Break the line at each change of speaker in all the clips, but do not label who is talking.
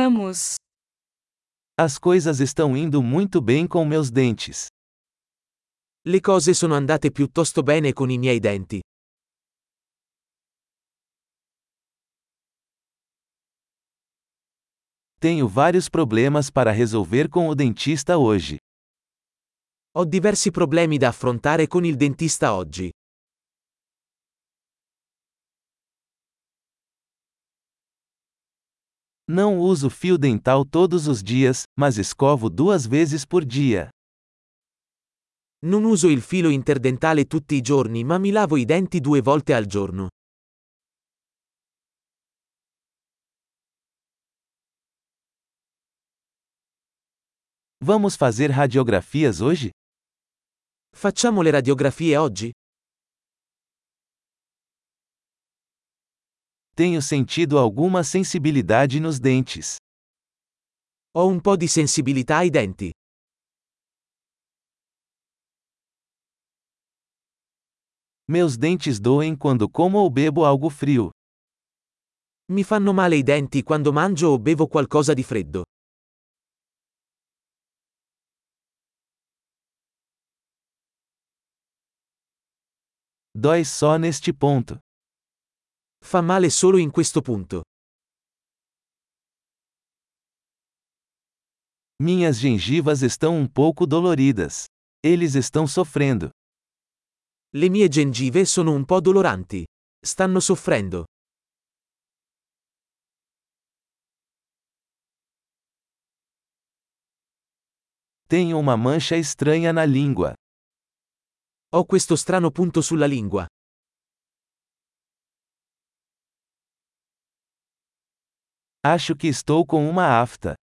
Vamos.
As coisas estão indo muito bem com meus dentes.
Le cose sono andate piuttosto bene con i miei denti.
Tenho vários problemas para resolver com o dentista hoje.
Ho diversi problemi da affrontare con il dentista oggi.
Não uso fio dental todos os dias, mas escovo duas vezes por dia.
Non uso il filo interdentale tutti i giorni, ma mi lavo i denti due volte al giorno.
Vamos fazer radiografias hoje?
Facciamo le radiografie oggi?
Tenho sentido alguma sensibilidade nos dentes.
Ho un po' di sensibilità ai denti.
Meus dentes doem quando como ou bebo algo frio.
Mi fanno male i denti quando mangio o bevo qualcosa di freddo.
Dói só neste ponto.
Fa male solo in questo punto.
Minhas gengivas estão um pouco doloridas. Eles estão sofrendo.
Le mie gengive sono un po' doloranti. Stanno soffrendo.
Tenho uma mancha estranha na língua.
Ho questo strano punto sulla lingua.
Acho que estou com uma afta.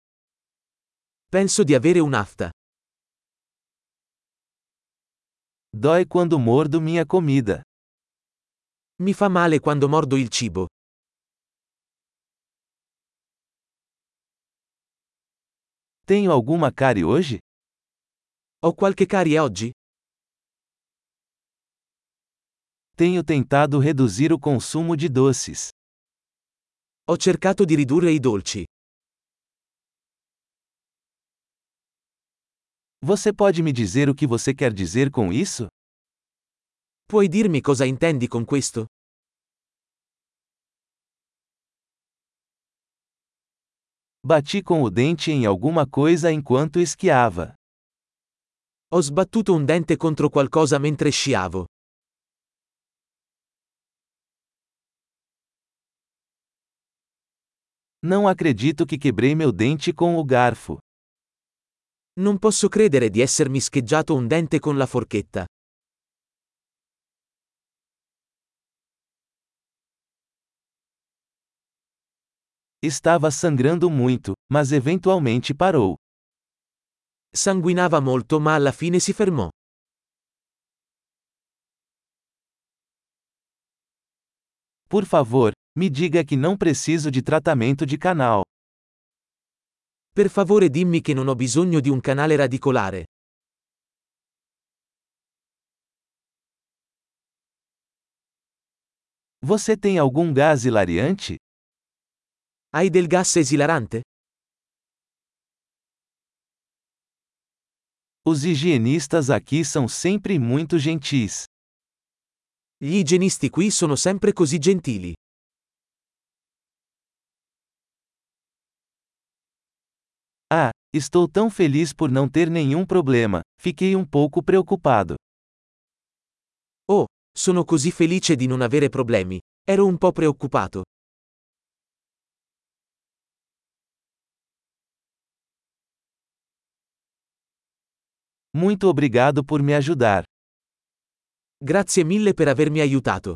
Penso di avere
um
un'afta.
Dói quando mordo minha comida.
Mi fa male quando mordo il cibo.
Tenho alguma cárie hoje?
Ho qualche carie oggi?
Tenho tentado reduzir o consumo de doces.
Ho cercato di ridurre i dolci.
Você pode me dizer o que você quer dizer com isso?
Puoi dirmi cosa intendi con questo?
Bati com o dente em alguma coisa enquanto esquiava.
Ho sbattuto un dente contro qualcosa mentre sciavo.
Não acredito que quebrei meu dente com o garfo.
Non posso credere di essermi scheggiato un dente con la forchetta.
Estava sangrando muito, mas eventualmente parou.
Sanguinava molto ma alla fine si fermò.
Por favor, me diga que não preciso de tratamento de canal.
Per favore dimmi che non ho bisogno di un canale radicolare.
Você tem algum gás hilariante?
Hai del gas esilarante?
Os higienistas aqui são sempre muito gentis.
Gli igienisti qui sono sempre così gentili.
Ah, estou tão feliz por não ter nenhum problema. Fiquei um pouco preocupado.
Oh, sono così felice di non avere problemi. Ero un po' preoccupato.
Muito obrigado por me ajudar.
Grazie mille per avermi aiutato.